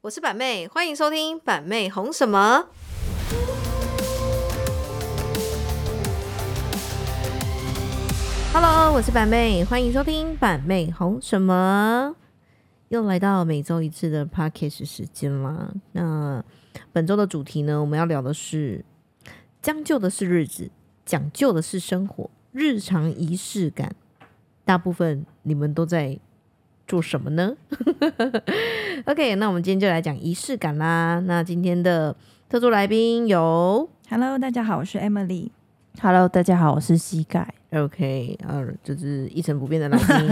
我是板妹，欢迎收听板妹红什么。Hello，我是板妹，欢迎收听板妹红什么。又来到每周一次的 Podcast 时间啦。那本周的主题呢，我们要聊的是将就的是日子，讲究的是生活，日常仪式感。大部分你们都在做什么呢？OK，那我们今天就来讲仪式感啦。那今天的特助来宾有 Hello，大家好，我是 Emily。 Hello，大家好，我是膝盖。 OK，呃，就是一成不变的来宾。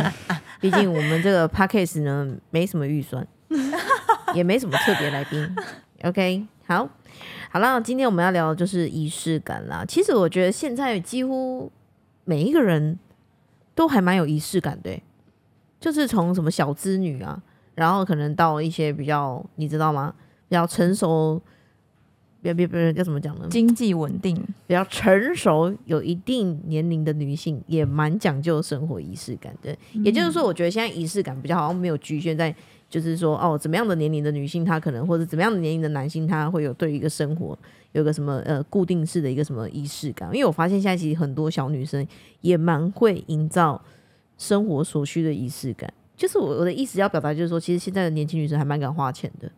毕竟我们这个 Podcast 呢，没什么预算，也没什么特别来宾。OK，好，好了，今天我们要聊的就是仪式感啦。其实我觉得现在几乎每一个人都还蛮有仪式感的欸、就是从什么小资女啊，然后可能到一些比较，你知道吗？比较成熟，别别别，叫怎么讲呢？经济稳定，比较成熟、有一定年龄的女性，也蛮讲究生活仪式感的。也就是说，我觉得现在仪式感比较好像没有局限在，就是说哦，怎么样的年龄的女性她可能，或者怎么样的年龄的男性，他会有对于一个生活有个什么呃固定式的一个什么仪式感。因为我发现现在其实很多小女生也蛮会营造生活所需的仪式感。就是我我的意思要表达就是说，其实现在的年轻女生还蛮敢花钱的。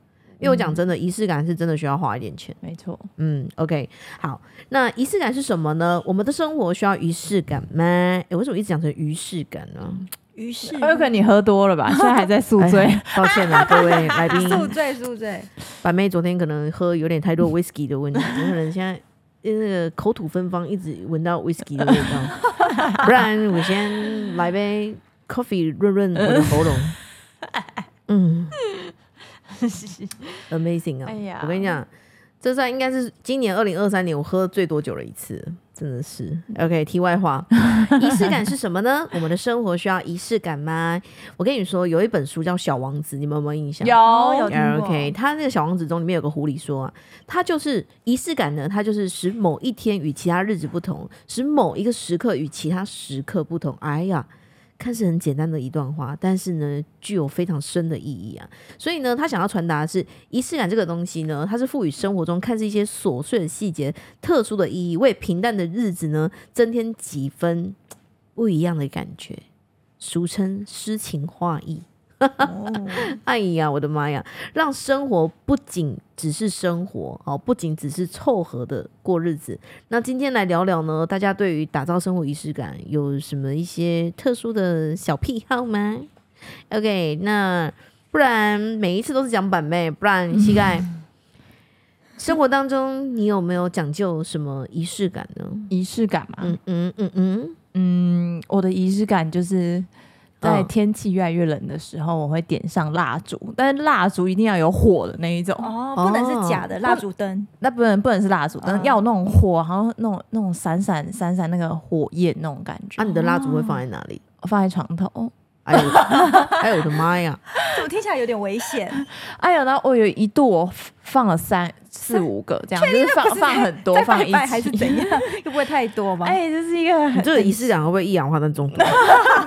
因为我讲真的，仪式感是真的需要花一点钱。没错。嗯，OK，好，那仪式感是什么呢？我们的生活需要仪式感吗？诶为什么一直讲成仪式感呢？于是哦有可能你喝多 了吧？现在还在宿醉。哎哎抱歉啦，各位啊来宾，宿醉，宿醉。板妹昨天可能喝有点太多 whisky 的问题，有可能现在那个口吐芬芳，一直闻到 whisky 的味道，不然我先来杯 coffee 润润我的喉咙。嗯，amazing 啊！哎呀我跟你讲，这算应该是今年二零二三年我喝最多酒的一次，真的是。OK，题外话，仪式感是什么呢？我们的生活需要仪式感吗？我跟你说，有一本书叫《小王子》，你们有没有印象？有有哦嗯 OK，他那个小王子中里面有个狐狸说啊，他就是仪式感呢，他就是使某一天与其他日子不同，使某一个时刻与其他时刻不同。哎呀，看似很简单的一段话，但是呢，具有非常深的意义啊。所以呢，他想要传达的是，仪式感这个东西呢，它是赋予生活中看似一些琐碎的细节特殊的意义，为平淡的日子呢增添几分不一样的感觉，俗称诗情画意。 哎呀，我的妈呀！让生活不仅只是生活哦，不仅只是凑合的过日子。那今天来聊聊呢，大家对于打造生活仪式感有什么一些特殊的小癖好吗？OK，那不然每一次都是讲板妹，不然膝 盖。生活当中，你有没有讲究什么仪式感呢？仪式感嘛，嗯嗯嗯嗯，嗯，我的仪式感就是在嗯天气越来越冷的时候，我会点上蜡烛，但是蜡烛一定要有火的那一种，哦，哦不能是假的蜡烛灯，那不能不能是蜡烛，但嗯是要有那种火，好像那种那种闪闪闪闪那个火焰那种感觉。啊，你的蜡烛会放在哪 里？我放在床头，哎呦，哎呦我的妈呀！这我听起来有点危险。哎呀，然后我有一度我放了三四五个这样，就是不放是放在很多在，放拜一拜还是起。怎样？ 会不会太多吗？哎，这是一个 你很这个仪式感会不会一氧化碳 中毒？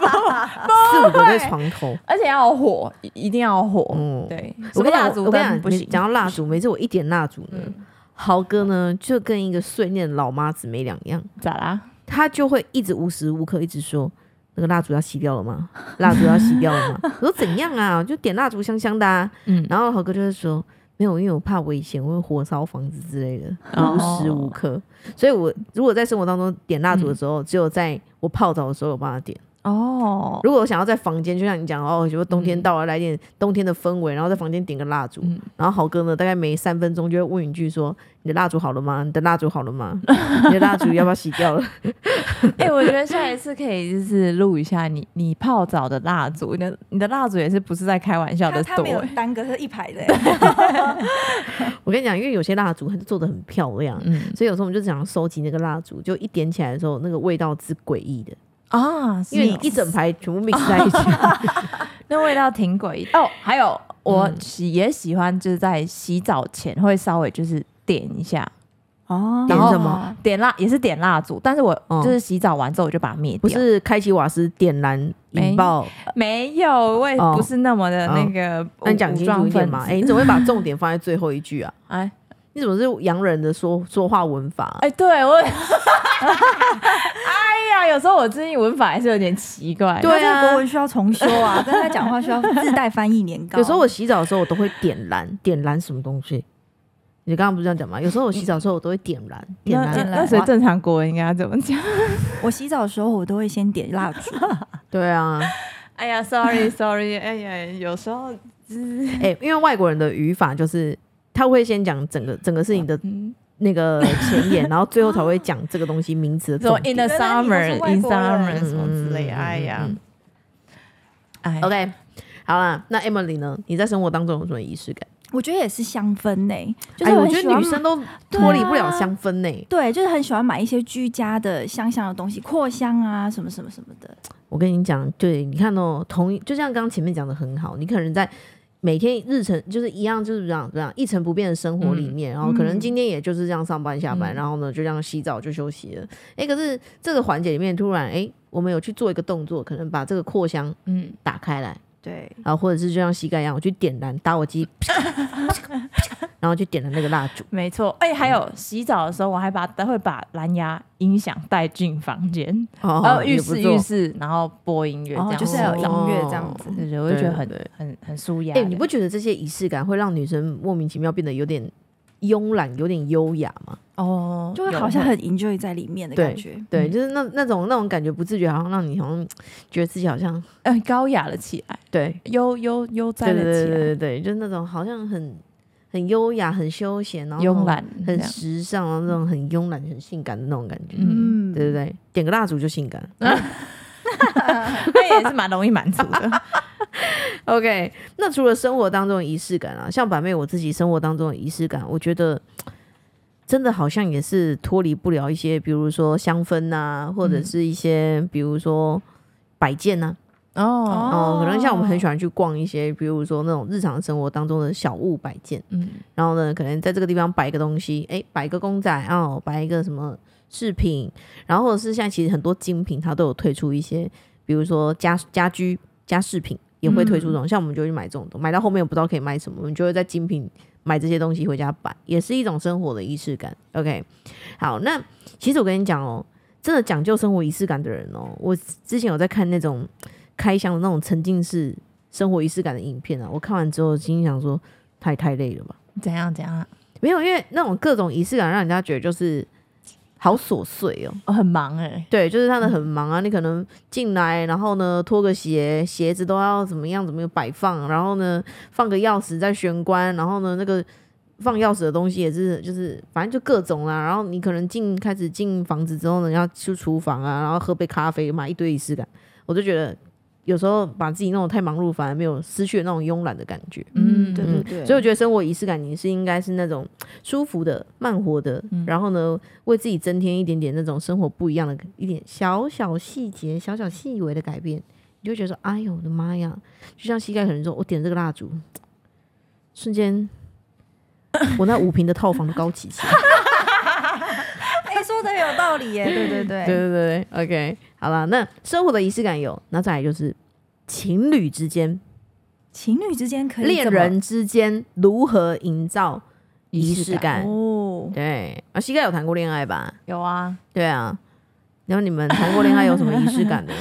四五个在床头。而且要有火，一一定要有火。嗯对，我跟你讲，蜡我烛跟你灯讲，不你行。讲到蜡烛，每次我一点蜡烛呢，嗯，豪哥呢就跟一个碎念老妈子没两样，咋啦？他就会一直无时无刻一直说。那个蜡烛要熄掉了吗？ 蜡烛要熄掉了吗？我说怎样啊？就点蜡烛香香的啊。嗯，然后豪哥就会说没有，因为我怕危险，我会火烧房子之类的，哦无时无刻。所以我如果在生活当中点蜡烛的时候，只有在我泡澡的时候有办法点。哦，如果我想要在房间，就像你讲哦，我觉得冬天到了，来点冬天的氛围，然后在房间点个蜡烛，嗯然后豪哥呢，大概每三分钟就会问一句说：“你的蜡烛好了吗？你的蜡烛好了 吗？你的蜡烛要不要洗掉了 哎，我觉得下一次可以就是录一下你你泡澡的蜡烛，你的你的蜡烛也是不是在开玩笑他的他多没有欸？单个，是一排的欸。？”我跟你讲，因为有些蜡烛它就做的很漂亮，嗯所以有时候我们就想要收集那个蜡烛，就一点起来的时候，那个味道之诡异的，啊，因为你是哦一整排全部 mix 在一起。 那味道挺诡异的哦。还有我嗯喜也喜欢就是在洗澡前会稍微就是点一下，哦点然后什么？点蜡也是点蜡烛，但是我嗯就是洗澡完之后我就把它灭掉。不是开启瓦斯点燃引爆？没有，我也哦不是那么的那个武那你讲武清楚装一点分嘛？子哎、你怎么会把重点放在最后一句啊？哎你怎么是洋人的说说话文法啊、哎，对我， 哎呀，有时候我最近文法还是有点奇怪。对啊这个国文需要重修啊，跟他讲话需要自带翻译年糕。有时 候我洗澡的时候，我都会点燃， 点燃什么东西？你刚刚不是这样讲吗？有时候我洗澡的时候，我都会点燃，点那那燃。那所以正常国文应该要怎么讲？我洗澡的时候，我都会先点蜡烛。对啊，哎呀，sorry sorry，哎呀，有时候就是哎、因为外国人的语法就是他会先讲整个整个事情的嗯那个前言，然后最后才会讲这个东西名词的 什么重 in 点。 the 原来你 summer 都是外 in 国人 summer 什么之类的，哎呀嗯嗯嗯嗯，哎 OK，好啦，那 Emily 呢？你在生活当中有什么仪式感？我觉得也是香氛呢、就是哎我我很觉喜得欢女生都脱离不了对啊香氛呢、对，就是很喜欢买一些居家的香香的东西，扩香啊，什么什么什么的。我跟你讲，对，你看哦，同一就像刚刚前面讲的很好，你可能在每天日程就是一样，就是这样这样一成不变的生活里面，然后可能今天也就是这样上班下班，嗯然后呢就这样洗澡就休息了。哎，可是这个环节里面突然哎，诶我们有去做一个动作，可能把这个扩香嗯，打开来，对，然后或者是就像膝盖一样，我去点燃打火 机，然后去点燃那个蜡烛。没错。哎，还有洗澡的时候，我还把会把蓝牙音响带进房间，哦呃，浴室浴室，然后播音乐，然后这样就是要有子哦音乐这样子。对对，我就觉得对很对很很舒压哎、的。你不觉得这些仪式感会让女生莫名其妙变得有点慵懒、有点优雅吗？哦，就会有好像很 enjoy 在里面的感觉。对，嗯就是那那种那种感觉，不自觉好像让你好像觉得自己好像呃高雅了起来，对悠悠悠哉对对了对起来，对对，就是那种好像很很优雅、很休闲，然后慵懒这很样。时尚，然后那种很慵懒、很性感的那种感觉。嗯对对对，点个蜡烛就性感。 那也是蛮容易满足的。 OK，那除了生活当中的仪式感啊，像板妹我自己生活当中的仪式感，我觉得真的好像也是脱离不了一些，比如说香氛啊，或者嗯是一些、比如说摆件呐、啊，哦，哦、可能像我们很喜欢去逛一些，比如说那种日常生活当中的小物摆件，嗯，然后呢，可能在这个地方摆一个东西，哎，摆一个公仔哦，摆一个什么饰品，然后或者是现在其实很多精品它都有推出一些，比如说家家居家饰品也会推出这种，像我们就会去买这种东西，买到后面我不知道可以买什么，我们就会在精品买这些东西回家摆，也是一种生活的仪式感。OK，好，那其实我跟你讲哦，真的讲究生活仪式感的人哦，我之前有在看那种开箱的那种沉浸式生活仪式感的影片啊，我看完之后心里想说，太太累了吧。怎样怎样啊，没有，因为那种各种仪式感让人家觉得就是好琐碎哦。我很忙哎。对，就是他的很忙啊，你可能进来，然后呢脱个鞋，鞋子都要怎么样怎么样摆放，然后呢放个钥匙在玄关，然后呢那个放钥匙的东西也是就是反正就各种啦、然后你可能进开始进房子之后呢，要去厨房啊，然后喝杯咖啡嘛，一堆仪式感，我就觉得有时候把自己弄得太忙碌，反而没有失去了那种慵懒的感觉。嗯，嗯对对对。所以我觉得生活仪式感，你是应该是那种舒服的、慢活的，嗯然后呢，为自己增添一点点那种生活不一样的一点小小细节、小小细微的改变，你就会觉得说：“哎呦，我的妈呀！”就像膝盖可能说：“我点这个蜡烛，瞬间我那五平的套房都高级起来。哎，说的有道理耶，对对”对对。对对对，OK，好了，那生活的仪式感有，那再来就是情侣之间、情侣之间可以怎恋么人之间如何营造仪仪式式感？哦，对啊，膝盖有谈过恋爱吧？有啊，对啊，然后你们谈过恋爱有什么仪式 感呢？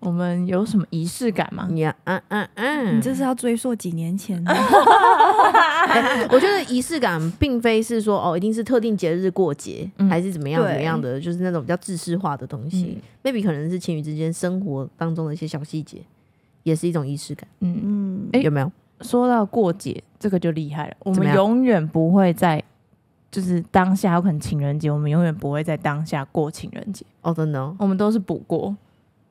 我们有什么仪式感吗？你啊，嗯嗯你嗯，这是要追溯几年前呢？ 哎我觉得仪式感并非是说哦，一定是特定节日过节，嗯还是怎么样对怎么样的，就是那种比较制式化的东西。maybe 可能是情侣之间生活当中的一些小细节，也是一种仪式感，嗯，嗯，哎有没有？说到过节，这个就厉害了。我怎么们样永远不会在，就是当下，有可能情人节，我们永远不会在当下过情人节，哦，真的哦，我们都是补过。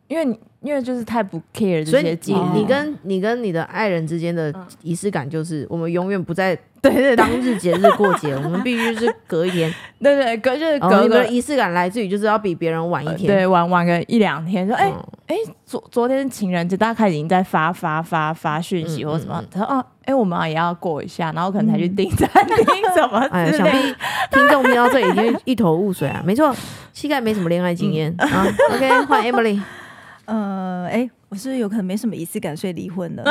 因为你因为就是太不 care 所这以些哦你你纪念，你跟你跟你的爱人之间的嗯仪式感就是，我们永远不在对对对当日节日过节，我们必须是隔一天。对对，隔就是哦，隔你们个的仪式感来自于就是要比别人晚一天。对玩玩个一两天，说哎嗯哎，昨昨天是情人节，大家已经在发发发发讯息嗯或什么嗯，他说哦哎，我们也要过一下，然后可能才去订餐厅什么哎，之想类的。必 听众听到这里一定一头雾水啊。没错，膝盖没什么恋爱经验嗯啊。OK，换 Emily， 呃，哎、我是不是有可能没什么仪式感，所以离婚 了。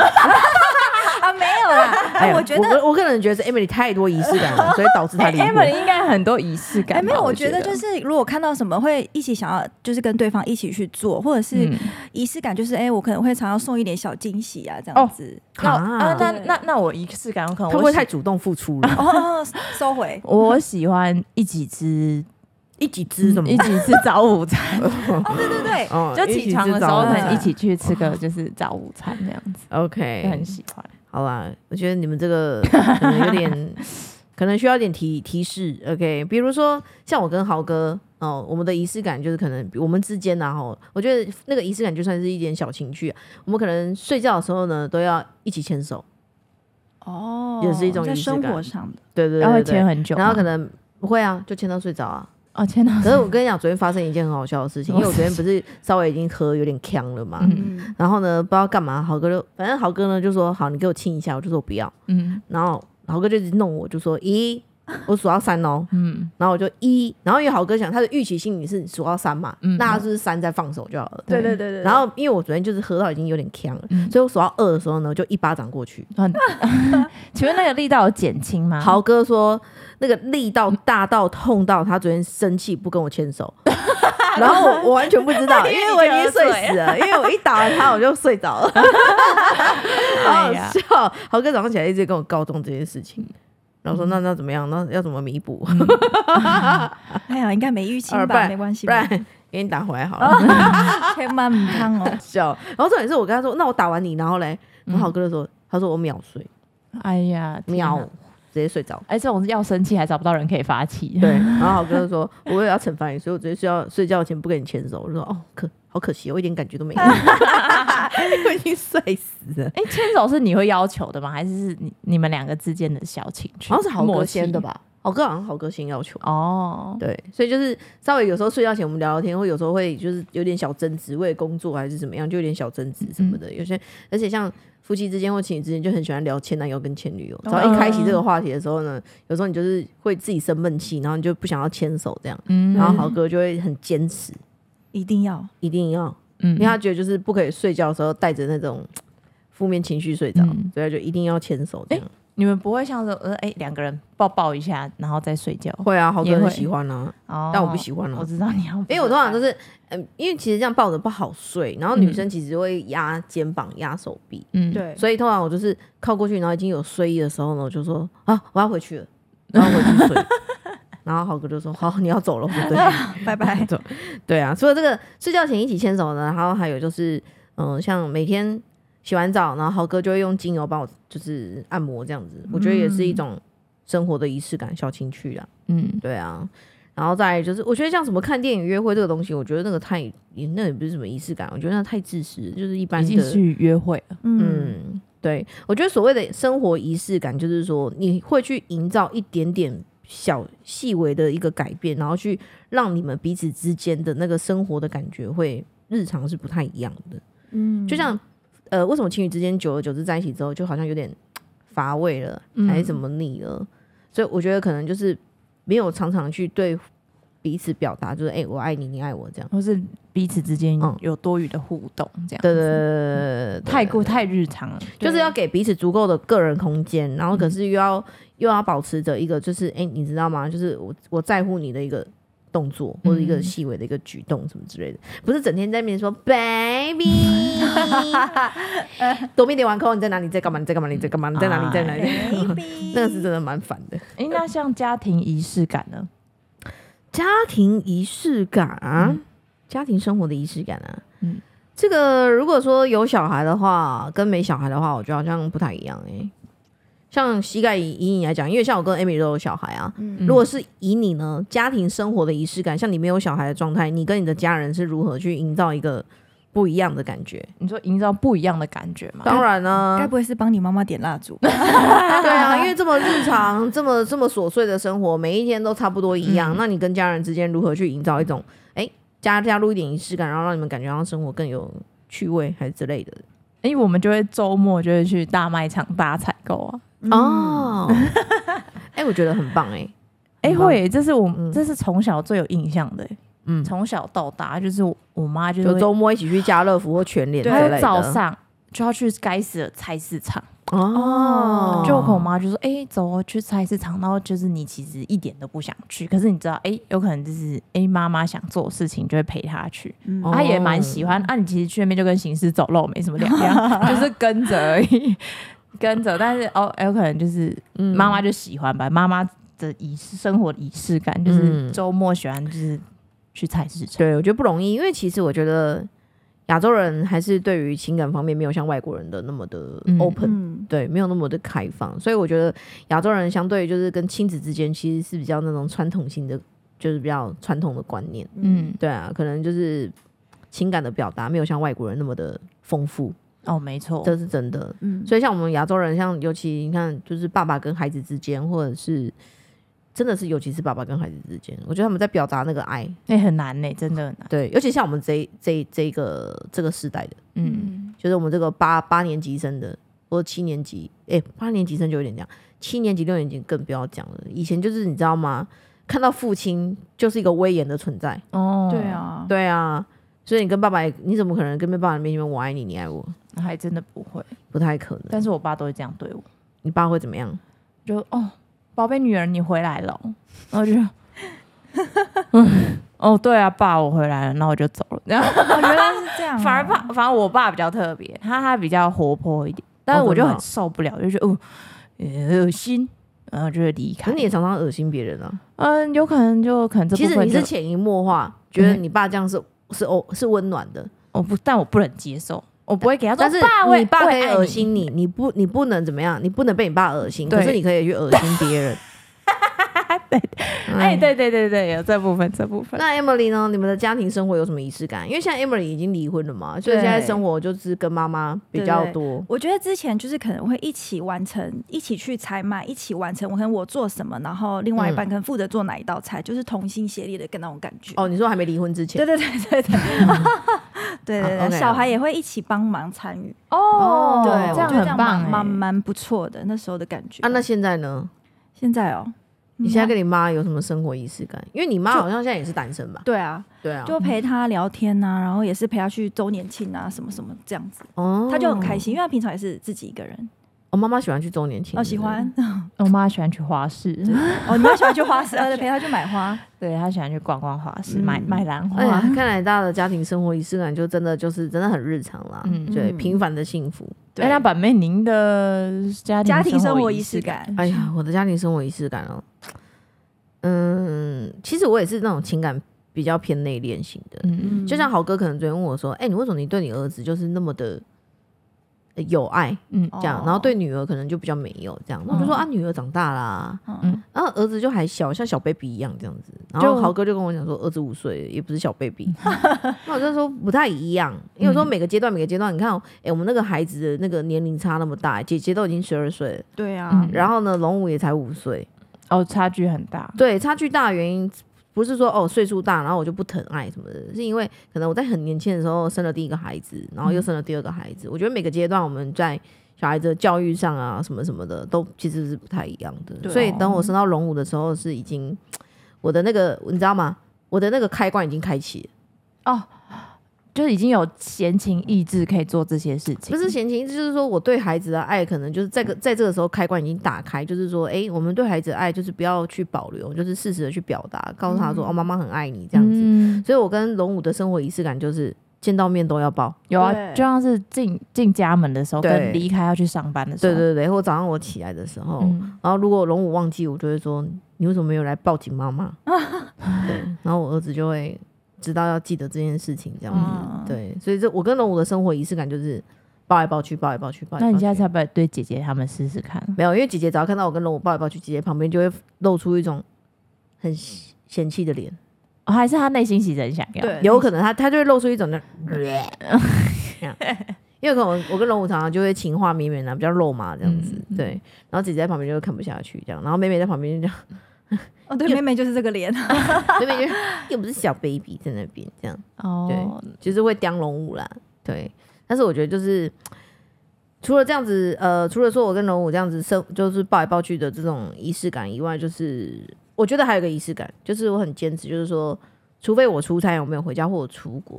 啊，没有啦，哎呀，我觉得我我个人觉得是 Emily 太多仪式感了，所以导致她哎离婚。 ，Emily 应该很多仪式哎、感吧，没有，我我觉得就是如果看到什么会一起想要，就是跟对方一起去做，或者是嗯仪式感，就是哎、我可能会常常送一点小惊喜啊，这哦样子。那啊啊，那那那我仪式感有可她能会我不会喜太主动付出了？哦哦，哦收回。我喜欢一起吃一起吃什么一？起吃早午餐，哦，对对对，哦 就起床的时候一起可吃早午餐能一起去吃个就是早午餐这样子，就很 OK，喜欢。好啦，我觉得你们这个可能有 点，可能需要点提提示。OK，比如说像我跟豪哥哦，我们的仪式感就是可能我们之间然后我觉得那个仪式感就算是一点小情趣啊、我们可能睡觉的时候呢都要一起牵手，哦也是一种在仪式生感活上的。对对然后对会对牵对，很久吗，然后可能不会啊，就牵到睡着啊。哦牵到可是我跟你讲，昨天发生一件很好笑的事 情，因为我昨天不是稍微已经喝有点呛了嘛，嗯嗯，然后呢不知道干嘛，豪哥就反正豪哥呢就说好，你给我亲一下，我就说我不要。嗯然后豪哥就一直弄我，就说一， 我数到三哦，嗯然后我就一，然后因为豪哥想他的预期心理是数到三嘛，嗯那他就是三再放手就好了。对对对对然后因为我昨天就是喝到已经有点呛了，嗯所以我数到二的时候呢，我就一巴掌过去。 很，请问那个力道有减轻吗？豪哥说那个力道大到痛到他昨天生气不跟我牵 手。然后我我完全不知道，因为我已经睡死了，因为我一打完他我就睡着了，好好 哎呀嗯笑。豪哥早上起来一直跟我告状这件事情，然后说那那怎么样？那要怎么弥补？哎呀，应该没预期啊不吧，然没关系不吧，然给你打回来好了，千万不 胖哦。笑。然后重点是我跟他说，那我打完你，然后嘞，然后豪哥就说，他说我秒睡，哎呀，天秒哪！直接睡着。哎，这种要生气还找不到人可以发气， 对，，然后豪哥就说，我也要惩罚你，所以我昨天睡觉睡觉前不跟你牵手。我就说哦，可好可惜，我一点感觉都 没有，我已经睡死了。 哎，牵手是你会要求的吗？还是是你你们两个之间的小情趣？好像是豪哥默契先的？吧？豪哥好像豪哥先要求。哦，对，所以就是稍微有时候睡觉前我们聊聊天，或有时候会就是有点小争执，为了工作还是怎么样，就有点小争执嗯什么的。有些而且像夫妻之间或情侣之间，就很喜欢聊前男友跟前女友。只要一哦开启这个话题的时候呢，有时候你就是会自己生闷气，然后你就不想要牵手这样。嗯然后豪哥就会很坚持，一定要一定要，嗯因为他觉得就是不可以睡觉的时候带着那种嘖负面情绪睡着，嗯所以他就一定要牵手这样。你们不会像是呃，哎，两个人抱抱一下，然后再睡觉？会啊，豪哥也很会喜欢啊，哦，但我不喜欢啊我。知道你要，因为我通常都是是，嗯，因为其实这样抱着不好睡，然后女生其实会压肩膀、压手臂，嗯，对，所以通常我就是靠过去，然后已经有睡意的时候呢，我就说啊，我要回去了，然后回去睡。然后豪哥就说：“好，你要走了，我说 对 拜拜。对啊。”除了这个睡觉前一起牵手呢，然后还有就是，嗯，像每天洗完澡，然后豪哥就会用精油帮我就是按摩这样子，我觉得也是一种生活的仪式感、小情趣啊。嗯，对啊，然后再来就是，我觉得像什么看电影约会这个东西，我觉得那个太也那也不是什么仪式感，我觉得那太自私了，就是一般已经的。去约会了，嗯，嗯，对，我觉得所谓的生活仪式感，就是说你会去营造一点点小细微的一个改变，然后去让你们彼此之间的那个生活的感觉会日常是不太一样的。嗯，就像呃，为什么情侣之间久而久之在一起之后，就好像有点乏味了，还是怎么腻了？所以我觉得可能就是没有常常去对彼此表达，就是哎、我爱你，你爱我这样。或是彼此之间嗯有多余的互动，这样对对子对对对对，太过太日常了，就是对要给彼此足够的个人空间，然后可是又要又要保持着一个就是哎、你知道吗？就是我我在乎你的一个。动作或者一个嗯细微的一个举动什么之类的，不是整天在面说 baby，躲避点完扣，你在哪里？你在干嘛？你在干嘛？你在干嘛？你在哪里？你在哪里？哎 baby 那个是真的蛮烦的。哎，那像家庭仪式感呢？家庭仪式感、啊，家庭生活的仪式感啊，嗯嗯，这个如果说有小孩的话，跟没小孩的话，我觉得好像不太一样哎、像膝盖以以你来讲，因为像我跟 Amy 都有小孩啊。嗯嗯如果是以你呢，家庭生活的仪式感，像你没有小孩的状态，你跟你的家人是如何去营造一个不一样的感觉。你说营造不一样的感觉嘛？当然啊啦、该不会是帮你妈妈点蜡烛？ 对啊，因为这么日常、这么这么琐碎的生活，每一天都差不多一嗯样，那你跟家人之间如何去营造一种哎、加加入一点仪式感，然后让你们感觉让生活更有趣味，还是之类的？因为我们就会周末就会去大卖场大采购啊。哦，哎、我觉得很棒哎、哎、很棒会，这是我、嗯这是从小最有印象的、 嗯，从小到大就是我我妈就是就会周末一起去家乐福或全联之还类有的。早上就要去该死的菜市场。哦，就我跟我妈就说：“哎、走哦去菜市场。”然后就是你其实一点都不想去，可是你知道，哎、有可能就是哎妈妈想做的事情，就会陪她去。嗯哦她也蛮喜欢。啊，你其实去那边就跟行尸走肉没什么两样， 就是跟着而已，跟着。但是哦，有可能就是嗯妈妈就喜欢吧，妈妈的仪式生活仪式感就是嗯周末喜欢就是去菜市场。对，我觉得不容易，因为其实我觉得亚洲人还是对于情感方面没有像外国人的那么的嗯 open，、嗯，对，没有那么的开放，所以我觉得亚洲人相对于就是跟亲子之间其实是比较那种传统性的，就是比较传统的观念，嗯，对啊，可能就是情感的表达没有像外国人那么的丰富，哦，没错，这是真的。嗯，所以像我们亚洲人，像尤其你看，就是爸爸跟孩子之间，或者是真的是尤其是爸爸跟孩子之间，我觉得他们在表达那个爱，哎、很难呢、真的很难。对，尤其像我们这一这一这一个这个世代的，嗯，就是我们这个八八年级生的，或七年级，哎、八年级生就有点这样，七年级、六年级更不要讲了。以前就是你知道吗？看到父亲就是一个威严的存在，哦，对，啊，对啊，所以你跟爸爸也，你怎么可能跟爸爸面前我爱你，你爱我？还真的不会。不太可能。但是我爸都会这样对我，你爸会怎么样？就哦，宝贝女儿你回来了哦，然 后就，嗯，哦对啊，爸我回来了，那我就走了。然嗯后哦，原来是这样啊， 反而爸，反而我爸比较特别，他他比较活泼一点，但是我就真的哦很受不了，就觉得哦，呃恶心。然后就会离可开是你。也常常恶心别人啊。嗯，有可能就可能这其部实分你就是潜移默化觉得你爸这样是是哦是温暖的，我哦不，但我不能接受，我不会给他说。但是嗯爸，我也你爸我可也以爱恶心你，你不你不能怎么样，你不能被你爸恶心，可对是你可以去恶心别人。对，你。哎，。 对对对对，有这部分这部 分。那 Emily 呢？你们的家庭生活有什么仪式感？因为现在 Emily 已经离婚了嘛，所以对现在生活就是跟妈妈比较多。我觉得之前就是可能会一起完成，一起去采买，一起完成。我可能我做什么，然后另外一半可能负责做哪一道菜，就是同心协力的跟那种感觉。哦，啊你说还没离婚之前对，对对对对， 对对啊对， ，OK 小孩也会一起帮忙参与，哦对我这觉样得这欸很样棒蛮哎，蛮蛮不错的那时候的感觉。欸啊，那现在呢？现在哦，你现在嗯跟你妈有什么生活仪式感？因为你妈好像现在也是单身吧？对啊，对啊，就陪他聊天呐、然后也是陪他去周年庆啊，什么什么这样子，哦，他就很开。心，因为他平常也是自己一个人，我妈妈喜欢去周年庆，哦，喜欢，我妈喜欢去花市，哦，你们喜欢去花市，哦，对陪他去 买花，对她喜欢去逛逛花市，嗯买买兰花哎。呀，看来大家的家庭生活仪式感就真的就是真的很日常啦，嗯对，嗯平凡的幸福。对，哎那板妹，您的家家庭生生活仪仪式感，感，嗯哎呀，我的家庭生活仪式感哦，嗯，其实我也是那种情感比较偏内敛型的，嗯，就像豪哥可能昨天问我说：“哎、你为什么你对你儿子就是那么的呃有爱这样，哦然后对女儿可能就比较没有这样？”那我就说：“嗯啊，女儿长大啦、嗯然后儿子就还小，像小 baby 一样这样子。”然就后豪哥就跟我讲说：“儿子五岁，也不是小 baby。”那我就说不太一样，因嗯为我说每个阶段每个阶段，你看哦，哎、我们那个孩子的那个年龄差那么大，姐姐都已经十二岁了，对啊嗯，然后呢，龙武也才五岁，哦，差距很大，对，差距大的原因不是说哦岁数大，然后我就不疼爱什么的，是因为可能我在很年轻的时候生了第一个孩子，然后又生了第二个孩子。我觉得每个阶段我们在小孩子的教育上啊，什么什么的，都其实是不太一样的。对所以哦等我升到龙五的时候，是已经我的那个你知道吗？我的那个开关已经开启了，就是已经有闲情逸致可以做这些事情，不是闲情，就是说我对孩子的爱，可能就是在个在这个时候开关已经打开，就是说，哎、我们对孩子的爱就是不要去保留，就是适时的去表达，告诉他说，哦，妈妈很爱你这样子。嗯所以我跟龙武的生活仪式感就是见到面都要抱。有啊，对就像是进进家门的时候，对跟离开要去上班的时对候，对对，或早上我起来的时候，啊嗯，然后如果龙武忘记，我就会说你为什么没有来抱紧妈 妈？对，然后我儿子就会知道要记得这件事情，这样子。嗯对，所以这我跟龙武的生活仪式感就是抱来抱去，抱来抱去，抱来抱去。那你下次要不要对姐姐他们试试看？没有？因为姐姐只要看到我跟龙武抱来抱去，姐姐旁边就会露出一种很嫌弃的脸。哦还是他内心其实很想要。对，有可能他他就会露出一种 的，这样因为可能我我跟龙武常常就会情话绵绵啊，比较肉麻这样子，嗯嗯对。然后姐姐在旁边就会看不下去这样，然后妹妹在旁边就 这样，哦，对，妹妹就是这个 脸，妹妹就又不是小 baby 在那边这样，哦，就是会刁龙武啦，对。但是我觉得就是除了这样子，呃，除了说我跟龙武这样子生就是抱来抱去的这种仪式感以外，就是我觉得还有一个仪式感，就是我很坚持，就是说，除非我出差，我没有回家或者出国，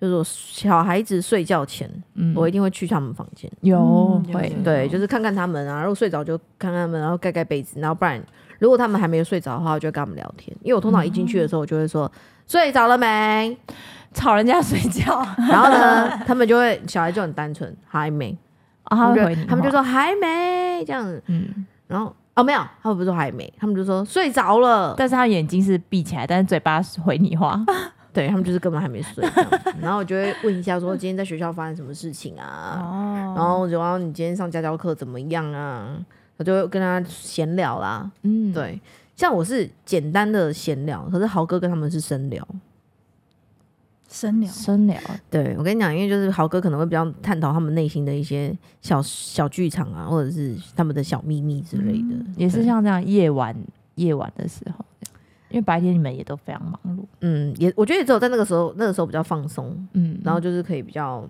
就是我小孩子睡觉前，嗯我一定会去他们房间。有嗯会有有对，就是看看他们啊，如果睡着就看看他们，然后盖盖被子，然后不然如果他们还没有睡着的话，我就会跟他们聊天。因为我通常一进去的时候，我就会说、睡着了没，吵人家睡觉， 哦 然后呢，他们就会小孩就很单纯，还没，哦他他们会回你就话，他们就说还没这样子，嗯，然后哦没有，他们不是说还没，他们就说睡着了，但是他眼睛是闭起来，但是嘴巴是回你 话，对他们就是根本还没睡这样子， 然后我就会问一下说今天在学校发生什么事情啊，哦，然后我就要你今天上家教课怎么样啊？我就跟他闲聊啦。嗯，对，像我是简单的闲聊，可是豪哥跟他们是深聊。深聊，深聊，对我跟你讲，因为就是豪哥可能会比较探讨他们内心的一些小小剧场啊，或者是他们的小秘密之类的。也是对像这样夜晚夜晚的时候这样，因为白天你们也都非常忙碌，嗯，也我觉得也只有在那个时候，那个时候比较放松，嗯，然后就是可以比较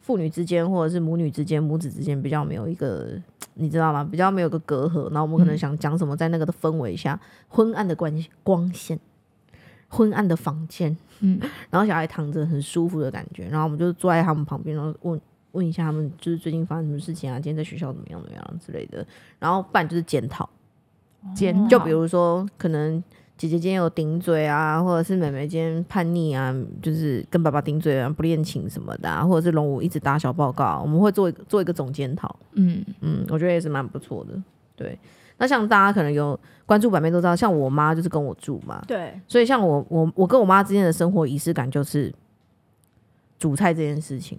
父女之间或者是母女之间、母子之间比较没有一个。你知道吗？比较没有个隔阂，然后我们可能嗯想讲什么，在那个的氛围下，昏暗的关光线，昏暗的房间，嗯然后小孩躺着很舒服的感觉，然后我们就坐在他们旁边，然后问问一下他们就是最近发生什么事情啊，今天在学校怎么样怎么样之类的，然后不然就是检讨，检哦就讨比如说可能姐姐今天有顶嘴啊，或者是妹妹今天叛逆啊，就是跟爸爸顶嘴啊，不恋情什么的、啊，或者是龙武一直打小报告啊，我们会做一个做一个总检讨，嗯嗯，我觉得也是蛮不错的，对。那像大家可能有关注版面都知道，像我妈就是跟我住嘛，对，所以像我我我跟我妈之间的生活仪式感就是煮菜这件事情，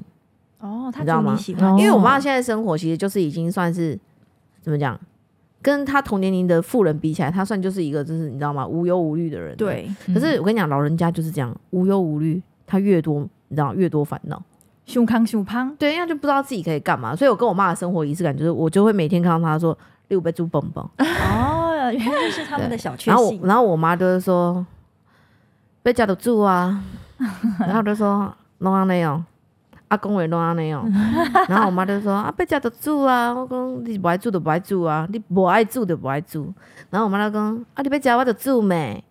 哦，他你知道煮吗你喜欢因吃，为我妈现在生活其实就是已经算是怎么讲，跟她同年龄的富人比起来，她算就是一个就是你知道吗无忧无虑的人。。对，可是我跟你讲，老人家就是这样无忧无虑，她越多你知道越多烦恼，胸康胸胖，对，因为她就不知道自己可以干嘛。所以我跟我妈的生活仪式感就是，我就会每天看到她说六杯猪蹦蹦，哦，原来是他们的小确然后我幸，然后我妈就是说被夹得住啊，然后我就说弄安尼哦，阿公也弄安尼哦，然后我妈就说啊被夹得住啊，我讲你不爱住就不爱住啊，你不爱住就不爱住，然后我妈就讲啊你要夹我就煮咩，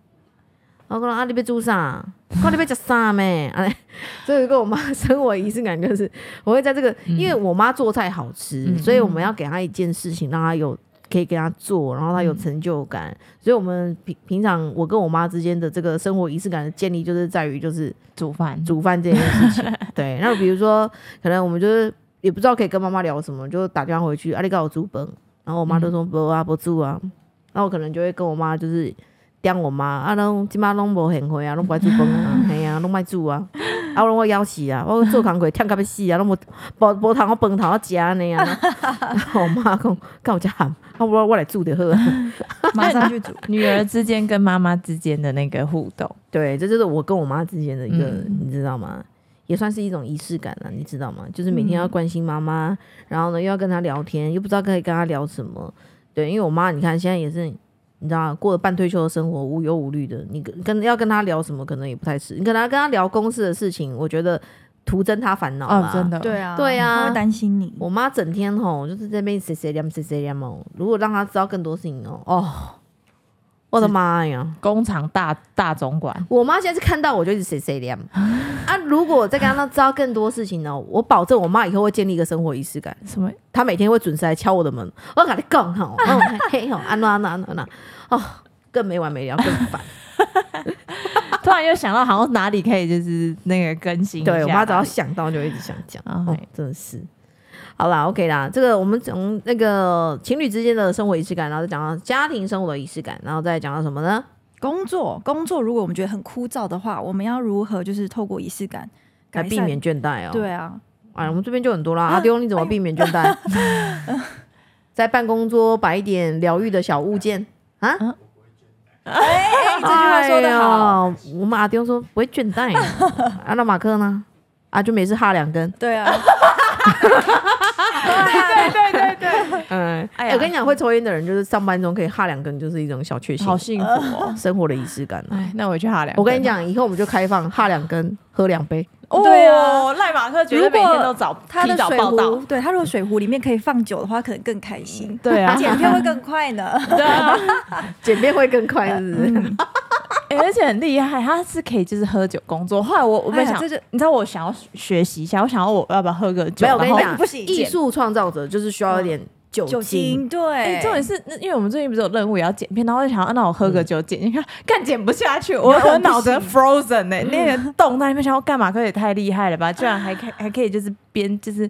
我讲啊你要煮啥？看你要吃啥咩？啊，所以跟我妈生活仪式感就是，我会在这个，因为我妈做菜好吃，嗯所以我们要给她一件事情，让她有可以给她做，然后她有成就感。所以我们平平常我跟我妈之间的这个生活仪式感的建立，就是在于就是煮饭，煮饭这件事情。对，那比如说可能我们就是也不知道可以跟妈妈聊什么，就打电话回去，啊，你告我煮本，然后我妈就说不啊不煮啊，然后我可能就会跟我妈就是。刁我妈，啊，拢即马拢无闲会啊，拢不爱煮饭啊，嘿啊，拢莫煮啊，啊，拢我枵死啊，我做工课忝到要死啊，拢无 无无通我饭头啊食安尼啊， 然后我妈讲，敢有遮喊，啊，我我来煮就好啊。马上去煮，女儿之间跟妈妈之间的那个互动，对，这就是我跟我妈之间的一个，嗯你知道吗？也算是一种仪式感了、你知道吗？就是每天嗯要关心妈妈，然后呢又要跟她聊天，又不知道可以跟她聊什么。对，因为我妈，你看现在也是，你知道吗过了半退休的生活，无忧无虑的。你跟跟要跟她聊什么，可能也不太是。你可能要跟她聊公司的事情，我觉得徒增她烦恼哦啦，真的，对啊，对啊他会担心你，我妈整天吼就是在那边谁谁念谁谁念哦，如果让她知道更多事情哦，哦，我的妈呀！工厂大大总管，我妈现在是看到我就一直谁谁凉啊！如果我再跟她知道更多事情呢，我保证我妈以后会建立一个生活仪式感。什么她每天会准时来敲我的门，我跟你讲 吼，哦嘿吼，安娜安娜安娜，哦，更没完没了，更 烦。突然又想到，好像哪里可以就是那个更新一下对我妈只要想到就一直想讲，啊哦嘿，真的是。好啦，OK 啦，这个我们从那个情侣之间的生活仪式感，然后再讲到家庭生活的仪式感，然后再讲到什么呢？工作工作，如果我们觉得很枯燥的话，我们要如何就是透过仪式感来改避善免倦怠哦。对啊，哎，我们这边就很多啦。阿丢，你怎么避免倦怠？在办公桌摆一点疗愈的小物件啊嗯？哎，这句话说的好，哎呦我们阿丢说不会倦怠啊，啊，那马克呢？啊，就每次哈两根，对啊，对对对对，嗯，哎哎，呀我跟你讲，会抽烟的人就是上班中可以哈两根，就是一种小确幸，好幸福哦！生活的仪式感啊。哎，那我去哈两。我跟你，讲，以后我们就开放哈两根，喝两杯，哦对啊，赖马克绝对如果每天都早，他的提早水报壶道，。对他如果水壶里面可以放酒的话，可能更开心，对啊，剪片会更快呢。对啊，简便会更快，是不是？哎而且很厉害，他是可以就是喝酒工作。后来我我哎在呀想这就，你知道我想要学习一下，我想要我要不要喝个酒？没有，我跟你然后讲，不行艺术创造者就是需要一点酒酒精。精，对，哎，重点是，那因为我们最近不是有任务也要剪片，然后我就想要，啊那我喝个酒剪，你看，干剪不下去，我我脑子 frozen 呢、那个洞在那边，想要干嘛？可也太厉害了吧！居然还 可以还可以就是边就是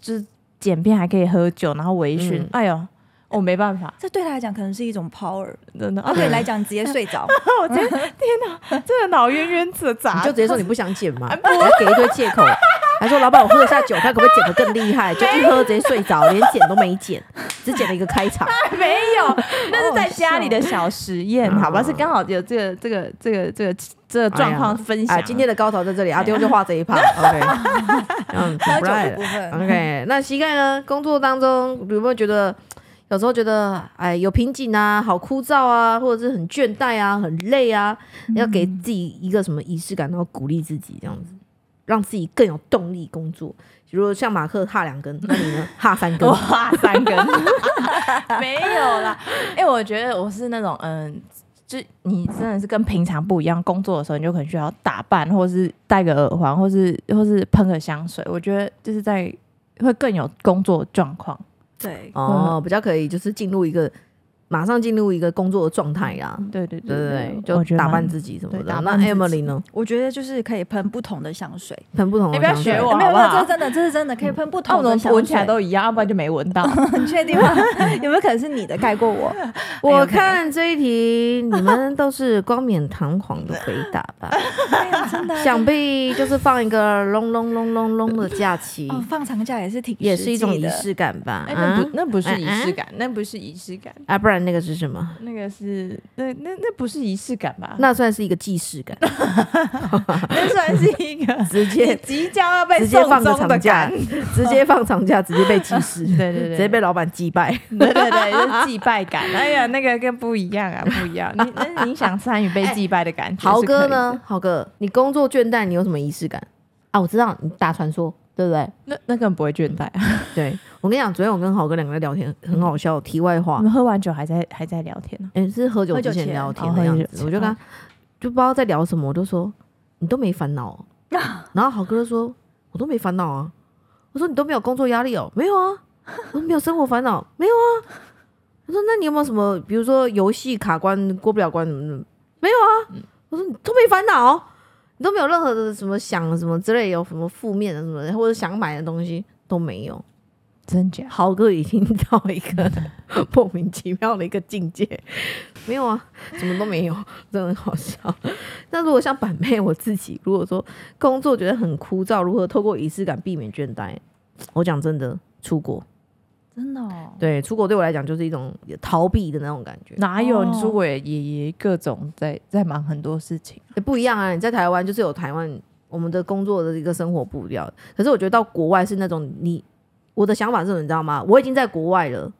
就是剪片，还可以喝酒，然后微醺，嗯哎呦，我、没办法，这对他来讲可能是一种 power，真 的，啊他对对你来讲直接睡着。我天天哪，这个脑冤冤子你砸，就直接说你不想剪啊嘛， 还给一堆借口，还说老板我喝一下酒，看可不可以剪得更厉害，就一喝直接睡着，连剪都没剪，只剪了一个开场。 没有，那是在家里的小实验，好吧？是刚好有这个这个这个这个这个状况分享。啊，今天的高潮在这里，阿丢就画这一趴。OK，嗯，喝不酒赖的了部。分， OK，那膝盖呢？工作当中有没有觉得有时候觉得哎有瓶颈啊，好枯燥啊，或者是很倦怠啊，很累啊？嗯要给自己一个什么仪式感，然后鼓励自己这样子，让自己更有动力工作。如果像马克哈两根，那你 呢？哈三根我？画三 根，没有啦。哎、我觉得我是那种嗯。就你真的是跟平常不一样，工作的时候你就可能需要打扮，或是戴个耳环，或是或是喷个香水。我觉得就是在会更有工作状况。对，嗯哦，比较可以，就是进入一个马上进入一个工作的状态啦。对对对对嗯对，我觉就得打蛮扮自己什么对的。打那扮自己 Emily 呢？我觉得就是可以喷不同的香水，很不同的哎你不要想法，学我没有没好有，不这好是真的，这是真的，可以喷不啊，我同的们香水。闻起来都一样，要不然就没闻到。很 确定吗？有没有可能是你的盖过我？ 我看这一题，你们都是冠冕堂皇的回答 吧？哎呀，真的啊想必就是放一个隆隆隆隆隆的假 期，哦，放长假也是挺也是一种实际仪的，式感吧？ 哎、那啊 不那不是仪式嗯嗯感，那不是仪式感，啊，不然那个是什么？那个是那那那不是仪式感吧？那算是一个既视 感， 那算是一个直你接 即将要被直接送放个终的长假感。， 直接放长假，直接被祭 祀，对对对，直接被老板击败。对对对，就是祭拜感。哎呀，那个跟不一样啊，不一样。你那你想参与被祭拜的感觉？哎豪哥？呢？豪哥，你工作倦怠，你有什么仪式感啊？我知道你打传说，对不对？那那更不会倦怠啊。 对我跟你讲，昨天我跟豪哥两个在聊天，很好笑。题外话我，们喝完酒还在还在聊天呢。哎、是喝酒喝之酒前前聊天哦的喝样酒子，前我就跟他就不知道在聊什么，我就说你都没烦 恼、哦，然后好哥就说我都没烦恼啊，我说你都没有工作压力哦，没有啊，我说没有生活烦恼，没有啊，我说那你有没有什么，比如说游戏卡关过不了关什么什么，没有嗯啊，我说你都没烦恼哦，你都没有任何的什么想什么之类有什么负面的什么的或者想买的东西都没有，真假？豪哥已经到一个莫名其妙的一个境界，没有啊，什么都没有，真的很好笑。那如果像板妹我自己，如果说工作觉得很枯燥，如何透过仪式感避免倦怠？我讲真的，出国，真的哦。对，出国对我来讲就是一种逃避的那种感觉，哪有？哦你出国也也也各种在在忙很多事情。也不一样啊。你在台湾就是有台湾我们的工作的一个生活步调，可是我觉得到国外是那种你，我的想法是什么，你知道吗？我已经在国外了。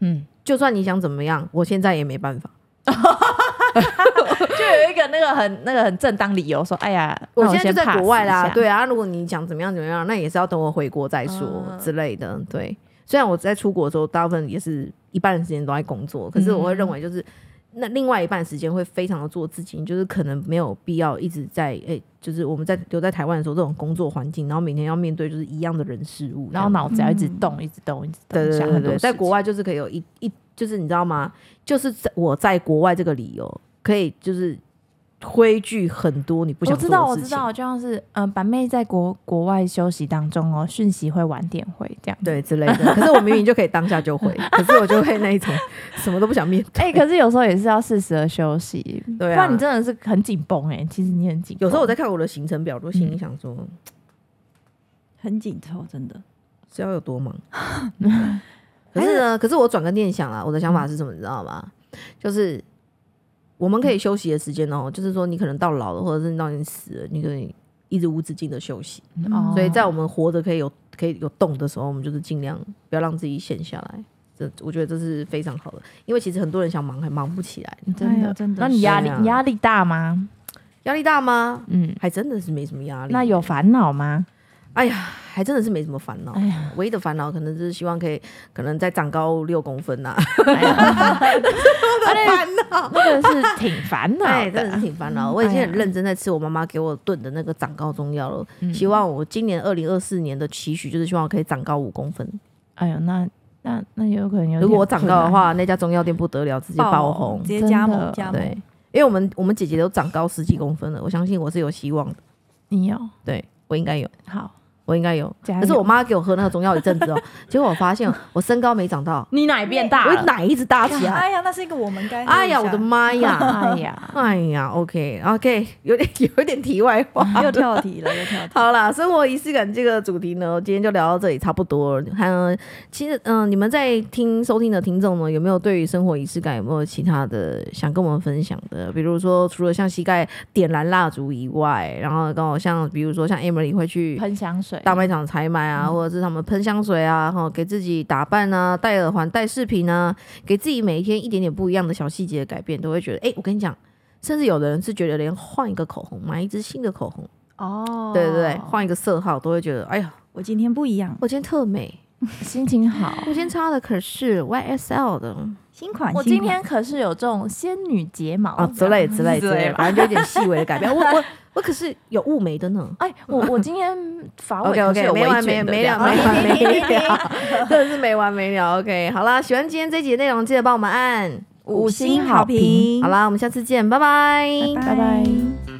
嗯，就算你想怎么样，我现在也没办法。就有一个那个很那个很正当理由说，哎呀，我那现在就在 pass 国外一啦，下。对啊，如果你想怎么样怎么样，那也是要等我回国再说嗯之类的。对，虽然我在出国的时候，大部分也是一半的时间都在工作，可是我嗯会认为就是、那另外一半时间会非常的做自己，就是可能没有必要一直在诶、就是我们在留在台湾的时候这种工作环境，然后每天要面对就是一样的人事物这样子，然后脑子要一直动，一直动，一直动，嗯对对想对很多对，事在国情外就是可以有一一，就是你知道吗？就是在我在国外这个理由，可以就是推拒很多你不想我知做道，的我事知情。道，就像是嗯，板妹在国国外休息当中哦，讯息会晚点回这样。对之类的，可是我明明就可以当下就回，可是我就会那一种什么都不想面对。哎、可是有时候也是要适时的休息，对啊不然你真的是很紧绷哎。其实你很紧绷，有时候我在看我的行程表，我心里想说，很紧凑，真的。是要有多忙？ 啊可是呢，可是我转个念想啦，我的想法是什么，你知道吗？就是我们可以休息的时间哦，就是说你可能到老了，或者是到你死了，你可以一直无止境的休息。哦所以在我们活着可以有可以有动的时候，我们就是尽量不要让自己闲下来。这我觉得这是非常好的，因为其实很多人想忙还忙不起来，真哎的呦真的那你压是力啊你压力大吗？压力大吗？嗯，还真的是没什么压力。那有烦 恼吗？哎呀，还真的是没什么烦恼。哎呀，唯一的烦恼可能就是希望可以，可能再长高六公分啊 呐、哎呀哎 那个那个是挺烦恼哎，真的的是。挺烦嗯恼的。我已经很认真在吃我妈妈给我炖的那个长高中药了。嗯希望我今年二零二四年的期许就是希望我可以长高五公分。哎呦，那那那有可能有。如果我长高的，话，那家中药店不得了，直接爆红直。接真加的盟加对盟。，因为我们我们姐姐都长高十几公分了，我相信我是有希望的。你有对我应该有，好，我应该有。加油可是我妈给我喝那个中药一阵子哦， 结果我发现我身高没长到，你奶变大我奶一直搭起来。哎呀，那是一个我们该啊哎呀，我的妈 呀！哎呀，哎呀，OK，OK，有 点有一点题外话。又跳题了，又跳题。好啦，生活仪式感这个主题呢，今天就聊到这里差不多了。嗯，其实嗯、你们在听收听的听众呢，有没有对于生活仪式感有没有其他的想跟我们分享的？比如说，除了像膝盖点燃蜡烛以外，然后刚好像比如说像 Emily 会去喷香水，大卖场采买啊，或者是他们喷香水啊，哈，给自己打扮啊，戴耳环、戴饰品啊，给自己每一天一点点不一样的小细节的改变，都会觉得，哎、我跟你讲，甚至有的人是觉得连换一个口红，买一支新的口红，哦对对对，换一个色号，都会觉得，哎呀，我今天不一样，我今天特美，心情好我。今天擦的可是 YSL 的新款。我新今款天可是有这种仙女睫毛啊之类之 类之之类类，吧反正就有点细微的改变。我我我可是有雾眉的呢。哎，我我今天发尾 OK 可 OK，是有没微完卷没的没了这样没完没了，真的是没完没了。OK，好啦，喜欢今天这集的内容，记得帮我们按。五星好评好啦，我们下次见，拜拜拜 拜拜